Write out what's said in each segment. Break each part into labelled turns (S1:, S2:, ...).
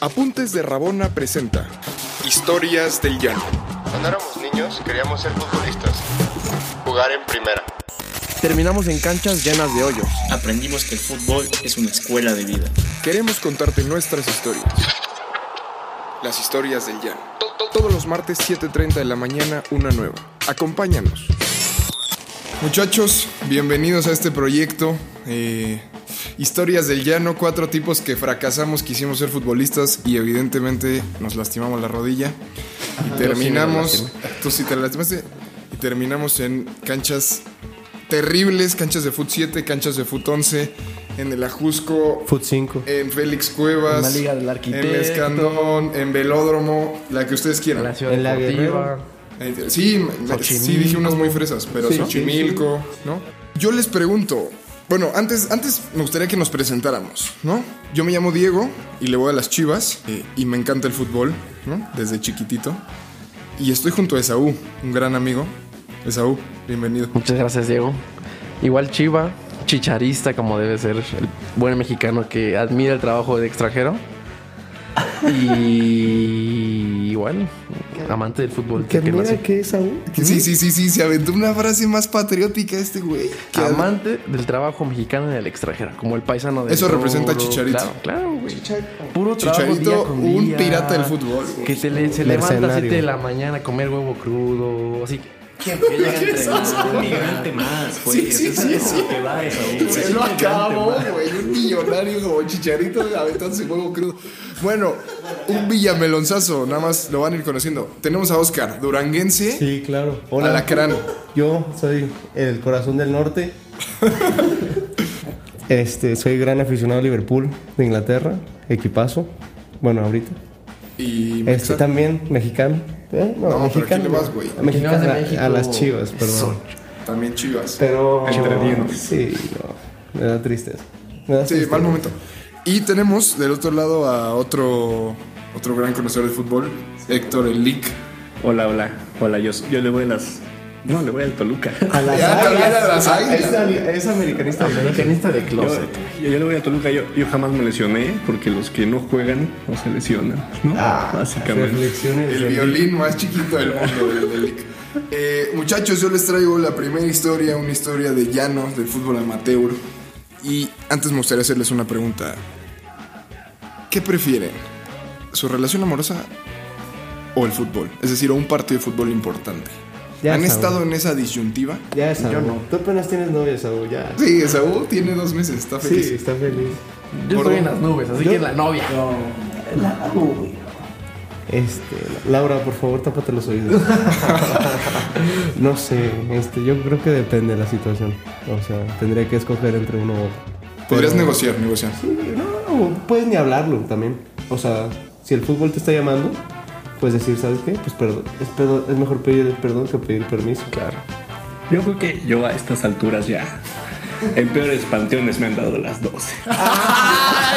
S1: Apuntes de Rabona presenta Historias del Llano.
S2: Cuando éramos niños queríamos ser futbolistas, jugar en primera.
S3: Terminamos en canchas llenas de hoyos.
S4: Aprendimos que el fútbol es una escuela de vida.
S1: Queremos contarte nuestras historias. Las historias del Llano. Todos los martes 7.30 de la mañana, una nueva. Acompáñanos. Muchachos, bienvenidos a este proyecto. eh, historias del Llano, cuatro tipos que fracasamos, quisimos ser futbolistas y evidentemente nos lastimamos la rodilla. Y terminamos... tú sí te lastimaste. Y terminamos en canchas terribles, canchas de fut 7, canchas de fut 11, en el Ajusco,
S3: Foot 5.
S1: en Félix Cuevas,
S5: En la Liga del Arquitecto.
S1: en Escandón, en Velódromo, la que ustedes quieran.
S5: la
S3: En la
S5: Guerrero.
S3: Guerrero.
S1: Eh, Sí, me- sí dije unas muy fresas, pero Xochimilco, ¿no? Yo les pregunto, bueno, antes, antes me gustaría que nos presentáramos, ¿no? Yo me llamo Diego y le voy a las Chivas eh, y me encanta el fútbol, ¿no? Desde chiquitito. Y estoy junto a Esaú, un gran amigo. Esaú, bienvenido.
S5: Muchas gracias, Diego. Igual Chiva, chicharista como debe ser, el buen mexicano que admira el trabajo de extranjero. Y igual, amante del fútbol.
S6: Que
S5: ¿qué no
S6: mira
S5: sé?
S6: que es aún.
S1: Sí, sí, sí, sí, se aventó una frase más patriótica este güey. que-
S5: Amante del trabajo mexicano en el extranjero, como el paisano de
S1: Eso representa a Chicharito.
S5: Claro, claro, güey. Puro trabajo día
S1: Chicharito,
S5: con
S1: un
S5: día.
S1: pirata del fútbol. güey.
S5: Que se, le, se levanta a las
S6: Mercenario.
S5: 7 de la mañana a comer huevo crudo, así.
S4: Que llega a entrenar, un migrante más, güey.
S1: Sí, sí,
S4: Eso
S1: sí,
S4: es
S1: sí.
S4: como que va a Esaú, güey.
S1: Se lo acabó, güey. Un millonario como chicharito aventándose huevo crudo. Bueno, un villamelonzazo, nada más lo van a ir conociendo. Tenemos a Oscar, duranguense,
S6: Sí, claro.
S1: alacrán.
S6: Yo soy el corazón del norte. este, soy gran aficionado a Liverpool de Inglaterra. Equipazo. Bueno, ahorita.
S1: Y
S6: Este también, mexicano. ¿Eh? No,
S1: No, pero
S6: mexicano.
S1: ¿quién le vas, güey?
S6: Mexicano
S5: ¿Quién le vas de
S6: a-
S5: México?
S6: a, las chivas, perdón.
S1: también chivas.
S6: Pero.
S1: Entretenido.
S6: Sí, no. Me da tristeza. Me da
S1: Sí,
S6: tristeza.
S1: mal momento. Y tenemos del otro lado a otro, otro gran conocedor de fútbol, Héctor el Lick.
S7: Hola, hola, hola, yo, yo le voy a las... No, le voy al Toluca.
S6: A las
S1: Ya, también a las águilas.
S6: Es, es americanista.
S5: Americanista de
S7: Yo,
S5: closet.
S7: yo le voy al Toluca, yo, yo jamás me lesioné, porque los que no juegan no se lesionan, ¿no?
S6: Ah,
S7: Básicamente.
S6: Reflexiones.
S1: El
S6: de-
S1: violín más chiquito del mundo, el del Lick. Eh, muchachos, yo les traigo la primera historia, una historia de llanos del fútbol amateur. Y antes me gustaría hacerles una pregunta. ¿Qué prefieren? ¿Su relación amorosa o el fútbol? Es decir, o un partido de fútbol importante.
S6: Ya
S1: ¿Han
S6: saben.
S1: estado en esa disyuntiva?
S6: Ya es Yo no. Tú apenas tienes novia, Saúl. Ya.
S1: Sí, Saúl tiene dos meses, está feliz.
S6: Sí, está feliz.
S5: Yo
S1: Gordo.
S5: estoy en las nubes, así que la novia.
S6: Este, Laura, por favor, tápate los oídos. no sé, este, yo creo que depende de la situación. O sea, tendría que escoger entre uno u otro.
S1: Podrías negociar, negociar.
S6: No, puedes ni hablarlo también. O sea, si el fútbol te está llamando, puedes decir, ¿sabes qué? Pues perdón. Es, perdón- es mejor pedir el perdón que pedir permiso. Claro.
S7: Yo creo que yo a estas alturas ya... En peores panteones me han dado las 12.
S6: Ah,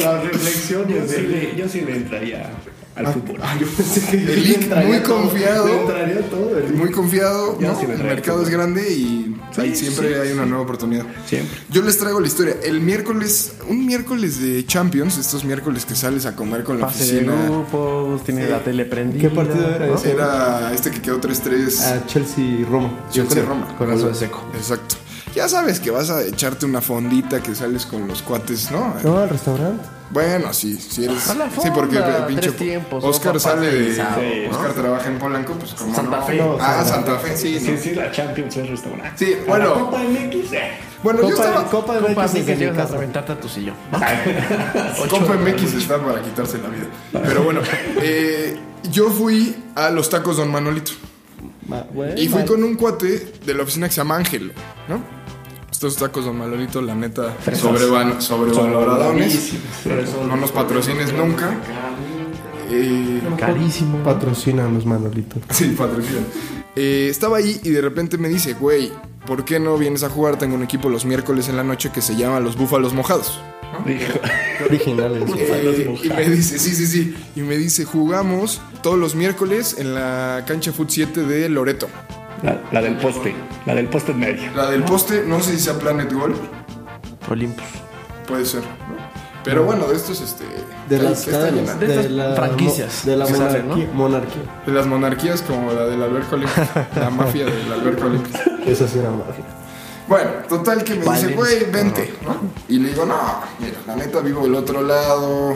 S6: Las reflexiones
S7: Yo sí le, yo sí le entraría al fútbol.
S6: Ah, Yo pensé que
S1: El Ick
S6: entraría
S1: muy
S6: todo,
S1: confiado.
S6: le entraría todo el Ick.
S1: Muy confiado,
S7: Ya
S1: ¿no?
S7: sí me
S1: el
S7: trae
S1: mercado es
S7: fútbol.
S1: grande y ahí siempre hay una nueva oportunidad.
S7: Siempre.
S1: Yo les traigo la historia. El miércoles, un miércoles de Champions, estos miércoles que sales a comer con la
S5: Pase de
S1: oficina.
S5: grupos, tiene la tele prendida.
S6: ¿Qué partido era
S5: ¿no?
S6: ese?
S1: Era este que quedó 3-3
S5: Ah.
S6: A Chelsea y Roma. yo
S1: Chelsea
S6: creo.
S1: Roma.
S5: Corazón de seco.
S1: Exacto. Ya sabes que vas a echarte una fondita que sales con los cuates, ¿no?
S6: No, al restaurante.
S1: Bueno, sí, sí eres.
S5: A la
S1: Sí, porque
S5: fonda,
S1: pinche
S5: tres tiempos,
S1: Oscar
S5: sopa,
S1: sale de.
S5: pastelizado, ¿no?
S1: Oscar trabaja en Polanco, pues como.
S5: Santa
S1: no.
S5: Fe.
S6: No,
S1: Ah,
S6: Santa
S1: Santa Fe, sí.
S7: Sí,
S1: no.
S7: sí, la Champions es restaurante.
S1: Sí,
S7: A
S1: bueno.
S7: la Copa MX, eh.
S1: Bueno, yo
S6: Copa,
S1: estaba.
S6: Copa de México
S5: Compa, así que
S6: desde mi
S5: llegas a
S6: casa.
S5: reventarte a tu sillón.
S1: Compa MX está para quitarse la vida. Pero bueno, eh, yo fui a los tacos Don Manolito.
S6: Ma- güey,
S1: Y fui
S6: ma-
S1: con un cuate de la oficina que se llama Ángel, ¿no? Estos tacos Don Manolito, la neta, sobrevan- sobrevaloradones. No nos patrocines nunca. Eh,
S5: Carísimo.
S6: Patrocínanos, Manolito.
S1: Sí, patrocina. Eh, estaba ahí y de repente me dice, güey, ¿por qué no vienes a jugar? Tengo un equipo los miércoles en la noche que se llama Los Búfalos Mojados.
S6: Originales. güey.
S1: Eh, y me dice, sí, sí, sí. Y me dice, jugamos todos los miércoles en la cancha Foot 7 de Loreto.
S7: La, la del poste, la del poste en medio.
S1: La del poste, no sé si sea Planet Golf,
S5: Olympus.
S1: puede ser. ¿no? Pero bueno, de estos, este.
S6: De
S1: ahí
S6: las,
S1: se está
S6: de las-
S1: llenando.
S5: de
S6: de
S5: estas
S6: la-
S5: franquicias
S6: De la
S5: que salen,
S6: monarquía. monarquía.
S1: De las monarquías como la del Alberto la mafia del Alberto
S6: Esa sí era magia.
S1: Bueno, total que me dice,
S5: Valens.
S1: güey, vente, ¿no? Y le digo, no, mira, la neta vivo del otro lado,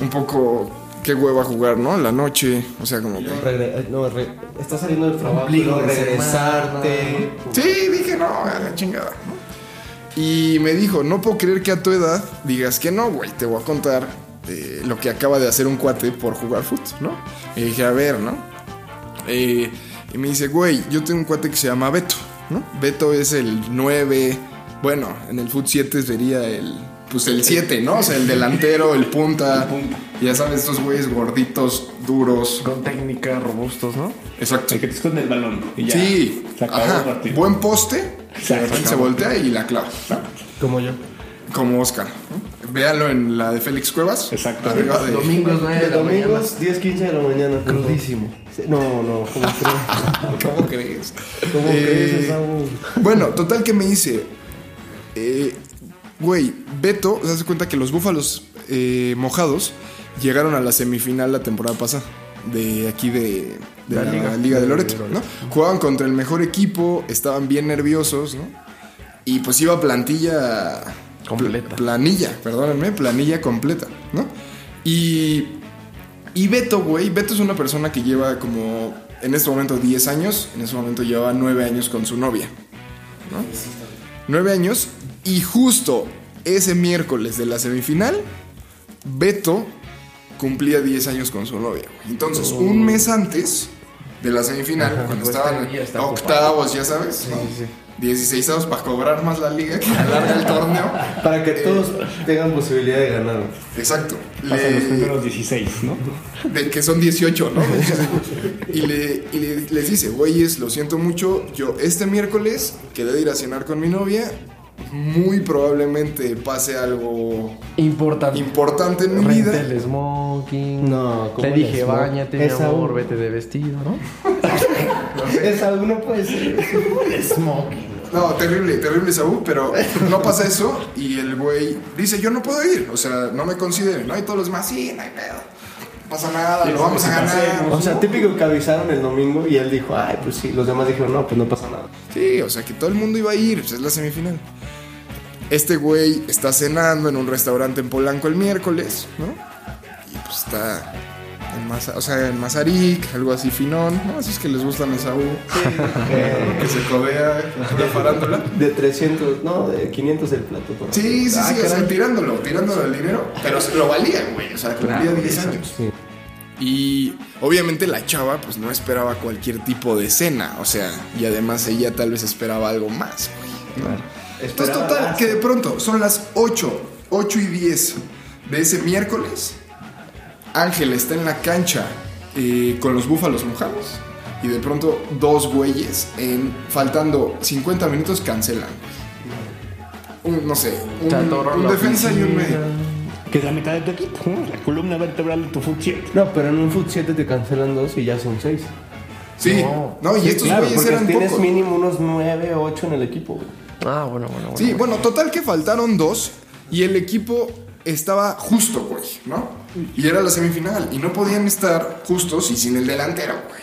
S1: un poco, qué hueva jugar, ¿no? La noche, o sea, como que...
S6: Regre- no, re- estás saliendo del trabajo,
S4: Ombligo
S6: luego
S4: de
S6: regresarte.
S1: Sí, dije, no, a la chingada, ¿no? Y me dijo, no puedo creer que a tu edad digas que no, güey, te voy a contar eh, lo que acaba de hacer un cuate por jugar fútbol, ¿no? Y dije, a ver, ¿no? Eh, y me dice, güey, yo tengo un cuate que se llama Beto, ¿no? Beto es el 9, bueno, en el Foot 7 sería el, pues el 7, ¿no? O sea, el delantero, el punta, ya sabes, estos güeyes gorditos, duros,
S5: Con técnica, robustos, ¿no?
S1: exacto.
S7: El que te esconde el balón. Y ya.
S1: sí,
S7: Se acabó
S1: ajá,
S7: el partido.
S1: buen poste,
S7: Se
S1: de repente se
S7: acabó.
S1: voltea y la clava, ¿no?
S6: Como yo.
S1: Como Oscar. Véanlo en la de Félix Cuevas.
S7: Exacto.
S1: Arriba de-
S5: Domingos 9 de
S6: De
S5: la mañana.
S6: domingos, 10, 15 de la mañana.
S5: Crudísimo.
S6: Sí, No, no, ¿cómo crees?
S1: ¿Cómo crees?
S6: ¿Cómo
S1: Eh,
S6: crees, Saúl?
S1: Bueno, total que me dice. eh, Güey, Beto, se hace cuenta que los búfalos eh, mojados llegaron a la semifinal la temporada pasada. De aquí de, de la, Liga, de Loreto, ¿no? Jugaban contra el mejor equipo, estaban bien nerviosos, ¿no? Y pues iba plantilla.
S5: Completa.
S1: Planilla, perdónenme, planilla completa, ¿no? Y Y Beto, güey, Beto es una persona que lleva como en este momento 10 años, en este momento lleva 9 años con su novia. ¿No? 9 años y justo ese miércoles de la semifinal, Beto cumplía 10 años con su novia. güey. Entonces, un mes antes de la semifinal, cuando
S5: Oh. Pues
S1: estaban
S5: tenía, estaba
S1: octavos, ya sabes, ¿no? 16 avos para cobrar más la liga que alarga el torneo.
S6: Para que todos tengan posibilidad de ganar.
S1: Exacto.
S7: Pasan los
S1: Le-
S7: primeros 16, ¿no?
S1: de que son 18, ¿no? y le, y le- les dice, güeyes, lo siento mucho, yo este miércoles quedé de ir a cenar con mi novia, muy probablemente pase algo
S5: Importante.
S1: importante en mi
S5: Renta
S1: vida.
S5: el smoking.
S6: No, ¿cómo
S5: Te dije,
S6: el smoking?
S5: bañate, mi
S6: Esa-
S5: amor, vete de vestido, ¿no?
S6: Esa uno puede ser.
S1: No, terrible, terrible Saúl, pero no pasa eso y el güey dice, yo no puedo ir, o sea, no me consideren, ¿no? Y todos los demás, sí, no hay pedo, no pasa nada, lo vamos a ganar.
S6: O sea, típico que avisaron el domingo y él dijo, ay, pues sí. Los demás dijeron, no, pues no pasa nada.
S1: Sí, o sea que todo el mundo iba a ir, pues es la semifinal. Este güey está cenando en un restaurante en Polanco el miércoles, ¿no? Y pues está en, Maza- o sea, en Mazarik, algo así finón, ¿no? Así es que les gustan esa U,
S6: Eh,
S1: que se codea la farándula.
S6: de 300, no, de 500 el plato. por Ah, favor.
S1: Sí, sí, sí, o sea, tirándolo, tirándolo al dinero, pero se lo valía, güey, o sea, cumplía 10 años.
S6: Sí.
S1: Y obviamente la chava pues no esperaba cualquier tipo de cena, o sea, y además ella tal vez esperaba algo más, güey. ¿no? Entonces,
S6: Esperaba
S1: total,
S6: las-
S1: que de pronto son las 8, 8 y 10 de ese miércoles. Ángel está en la cancha eh, con los búfalos mojados. Y de pronto, dos güeyes, en, faltando 50 minutos, cancelan. Un, no sé, un,
S5: Se atoró
S1: un
S5: la
S1: defensa y un medio.
S7: Que es la mitad de tu equipo, ¿no? La columna vertebral de tu fut 7.
S6: No, pero en un food 7 te cancelan dos y ya son 6.
S1: Sí, no,
S5: No.
S1: y estos
S6: Claro,
S1: güeyes
S6: porque
S1: eran
S6: tienes
S1: pocos.
S6: mínimo unos 9, 8 en el equipo. güey.
S5: Ah, bueno, bueno, bueno.
S1: Sí, bueno, total que faltaron dos y el equipo estaba justo, güey, ¿no? Y era la semifinal y no podían estar justos y sin el delantero, güey.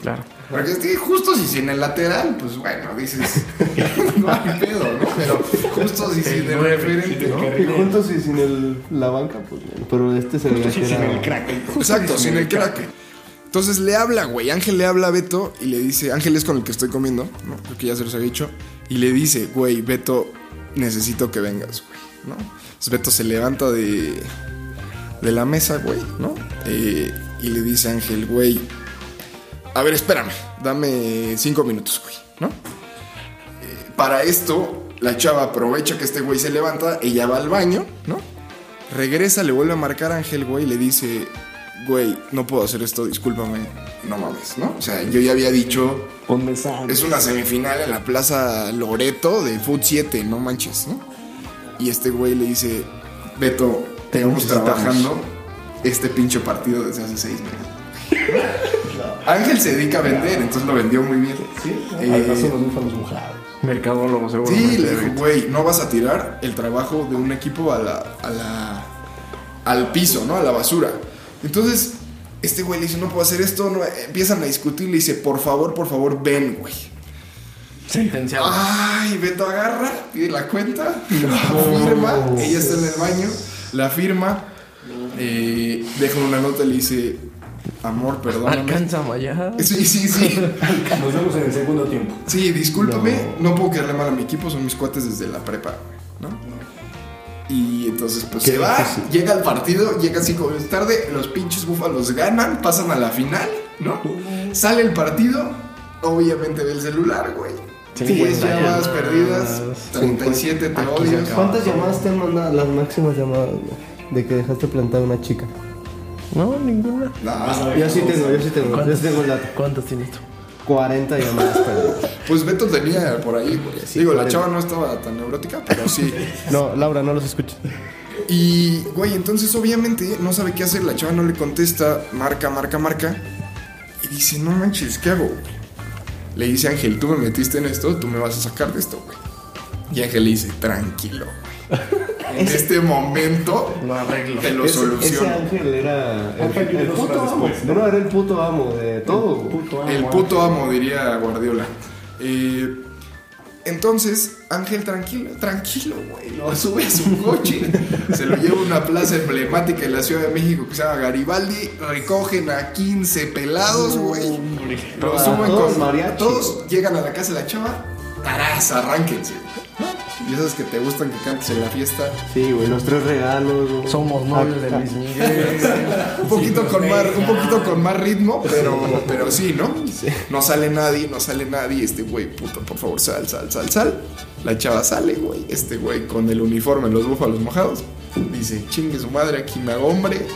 S5: Claro.
S1: Porque es que justos y sin el lateral, pues bueno, dices, no hay pedo, ¿no? Pero justos y sin el referente, ¿no?
S6: Y juntos y sin el, la banca, pues bueno. Pero este se ve
S7: Sí,
S6: que
S7: sin
S6: era-
S7: el crack.
S1: Exacto, sin el crack. Entonces le habla, güey. Ángel le habla a Beto y le dice, Ángel es con el que estoy comiendo, ¿no? Creo que ya se los había dicho. Y le dice, güey, Beto, necesito que vengas, güey, ¿no? Entonces Beto se levanta de, de la mesa, güey, ¿no? Eh, y le dice a Ángel, güey, a ver, espérame, dame cinco minutos, güey, ¿no? Eh, para esto, la chava aprovecha que este güey se levanta, ella va al baño, ¿no? Regresa, le vuelve a marcar a Ángel, güey, y le dice, güey, no puedo hacer esto, discúlpame, no mames, ¿no? O sea, yo ya había dicho,
S7: Un mensaje.
S1: es una semifinal en la Plaza Loreto de Food 7, no manches, ¿no? Y este güey le dice, Beto,
S5: Te
S1: tenemos
S5: necesitamos.
S1: trabajando este pinche partido desde hace seis meses. Ángel se dedica a vender, entonces lo vendió muy bien. Eh,
S7: Además son los búfalos mojados.
S5: Mercadólogo, seguro.
S1: Sí, le dijo, güey, no vas a tirar el trabajo de un equipo a la, a la- al piso, ¿no? A la basura. Entonces, este güey le dice, no puedo hacer esto. No. Empiezan a discutir, le dice, por favor, por favor, ven, güey.
S5: Sentenciado.
S1: Ay, Beto agarra, pide la cuenta, la firma, ella está en el baño, la firma, eh, deja una nota y le dice, amor, perdóname.
S5: Alcanza Maya.
S1: Sí, sí, sí.
S7: Nos vemos en el segundo tiempo.
S1: Sí, discúlpame, no, puedo quedarle mal a mi equipo, son mis cuates desde la prepa, güey, ¿no? Y entonces, pues se va, llega al partido, llega cinco minutos tarde, los pinches búfalos ganan, pasan a la final, ¿no? Sale el partido, obviamente ve el celular, güey. Ah, 10
S5: 50
S1: llamadas perdidas, 37 te odio.
S6: ¿Cuántas llamadas te han mandado? Las máximas llamadas, güey, De que dejaste plantada a una chica.
S5: No, ninguna.
S1: Nah,
S6: Yo sí tengo, yo sí tengo. Yo sí tengo la
S5: ¿Cuántas tienes tú?
S6: 40 llamadas perdidas.
S1: Pues Beto tenía por ahí, güey. Digo, la chava no estaba tan neurótica, pero sí.
S6: No, Laura, no los escuches.
S1: Y, güey, entonces obviamente no sabe qué hacer. La chava no le contesta, marca, marca, marca. Y dice, no manches, ¿qué hago? güey?". Le dice Ángel, tú me metiste en esto, tú me vas a sacar de esto, güey. Y Ángel le dice, tranquilo, güey. En este momento
S5: Lo arreglo.
S1: te lo
S6: Ese- Ese
S1: soluciono.
S6: ángel era el, el puto amo. No, era el puto amo de todo. güey.
S1: El puto amo, ¿eh? diría Guardiola. Eh, entonces, Ángel, tranquilo, tranquilo, güey. Lo sube a su coche. se lo lleva a una plaza emblemática en la Ciudad de México que se llama Garibaldi. Recogen a 15 pelados, güey. Lo
S6: A
S1: suben
S6: todos
S1: con
S6: mariachi.
S1: Todos llegan a la casa de la chava. Tarás, arránquense. Y esas que te gustan que cantes en la fiesta.
S6: Sí, güey, los tres regalos. güey. Ah,
S5: Somos novios de Luis Miguel.
S1: Un poquito, con más, un poquito con más ritmo, pero, pero sí, ¿no? No sale nadie, no sale nadie. Este güey, puto, por favor, sal, sal, sal, sal. La chava sale, güey. Este güey con el uniforme, los búfalos mojados. Dice, chingue su madre, aquí me hago hombre.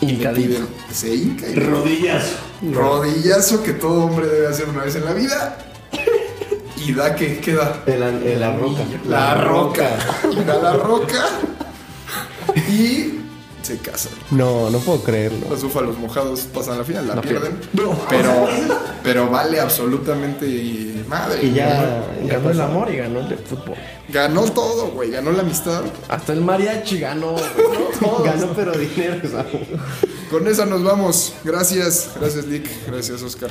S5: Y
S1: Le
S5: Cadiz.
S1: piden- se hinca y
S7: Rodillas.
S1: rodillazo que todo hombre debe hacer una vez en la vida. Y da que queda.
S6: El, an- el la roca.
S1: La roca. Y da la roca. Y se casan.
S6: No, no puedo creerlo.
S1: Los búfalos mojados pasan la final, la, pierden. Pero, pero vale absolutamente madre.
S6: Y ya. ya
S5: Ganó el amor y ganó el de fútbol.
S1: Ganó todo, güey. Ganó la amistad.
S5: Hasta el mariachi ganó.
S6: pasó. Ganó, pero dinero, ¿sabes?
S1: Con esa nos vamos. Gracias. Gracias, Nick. Gracias, Oscar.